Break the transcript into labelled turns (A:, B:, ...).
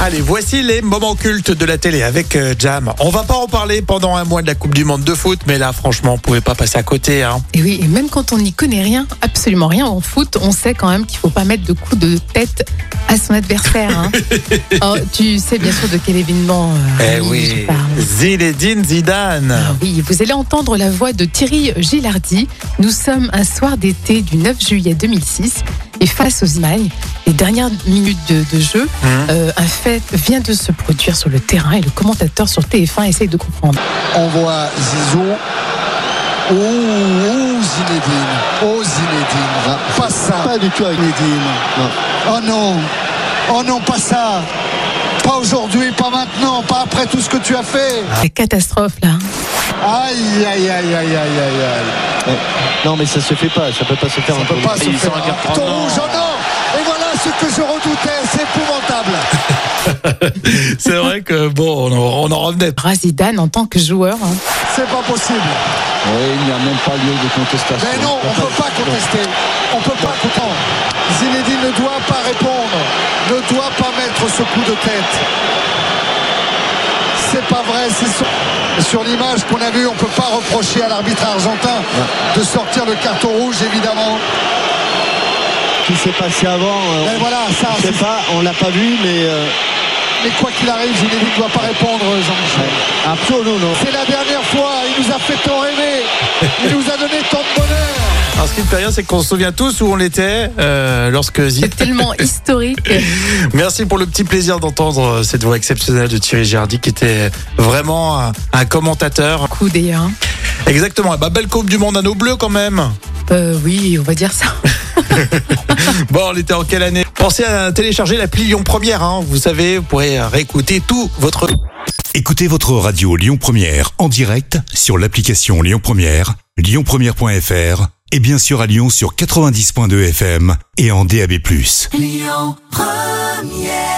A: Allez, voici les moments cultes de la télé avec euh, Jam. On va pas en parler pendant un mois de la Coupe du Monde de foot, mais là, franchement, on pouvait pas passer à côté. Hein.
B: Et oui, et même quand on n'y connaît rien, absolument rien en foot, on sait quand même qu'il faut pas mettre de coups de tête à son adversaire. hein. Oh, tu sais bien sûr de quel événement euh,
A: Eh
B: Rémi, je
A: oui,
B: parle.
A: Zinedine Zidane.
B: Ah oui, vous allez entendre la voix de Thierry Gilardi. Nous sommes un soir d'été du 9 juillet 2006 et face aux images, les dernières minutes de, de jeu,
A: Hein
B: euh, un fait vient de se produire sur le terrain et le commentateur sur TF1 essaye de comprendre.
C: On voit Zizou. Oh, oh, Zinedine. Oh, Zinedine. Va- Pas ça. Pas du tout avec Zinedine. Oh non. Oh non, pas ça. Pas aujourd'hui, pas maintenant, pas après tout ce que tu as fait.
A: Ah.
B: La catastrophe là. hein.
C: Aïe, aïe, aïe, aïe, aïe, aïe, aïe.
D: Non mais ça se fait pas, ça peut pas se faire.
C: On peut pas se faire un carton rouge, oh non. Et voilà ce que je redoutais, c'est épouvantable.
A: C'est vrai que bon, on en, on en revenait.
B: Bras Zidane en tant que joueur. hein.
C: C'est pas possible.
D: il n'y a même pas lieu de contestation.
C: Mais Ben non, on ne peut pas contester. On ne peut pas comprendre. Zinedine ne doit pas répondre, ne doit pas mettre ce coup de tête. C'est pas vrai, c'est sur, sur l'image qu'on a vue, on ne peut pas reprocher à l'arbitre argentin de sortir le carton rouge, évidemment.
D: Ce qui s'est passé avant, euh,
C: Mais Ben voilà, ça,
D: on sait
C: c'est-
D: pas, on l'a pas vu, mais euh,
C: mais quoi qu'il arrive, Zinedine ne doit pas répondre, Jean-Michel.
D: Ah absolument non.
C: C'est la dernière fois, il nous a fait tant rêver, il nous a donné tant de bonheur.
A: Alors, ce qui est périlleux, c'est qu'on se souvient tous où on était euh, lorsque Zidane.
B: C'est tellement historique.
A: Merci pour le petit plaisir d'entendre euh, cette voix exceptionnelle de Thierry Giardi, qui était vraiment un, un commentateur.
B: Coup d'ailleurs. hein.
A: Exactement. Et bah, belle Coupe du Monde à nos bleus quand même.
B: Euh, oui, on va dire ça.
A: Bon, on était en quelle année Pensez à télécharger l'appli Lyon Première. hein. Vous savez, vous pourrez réécouter tout votre
E: Écoutez votre radio Lyon Première en direct sur l'application Lyon Première, lyonpremière.fr et bien sûr à Lyon sur 90.2 FM et en DAB+.
F: Lyon Première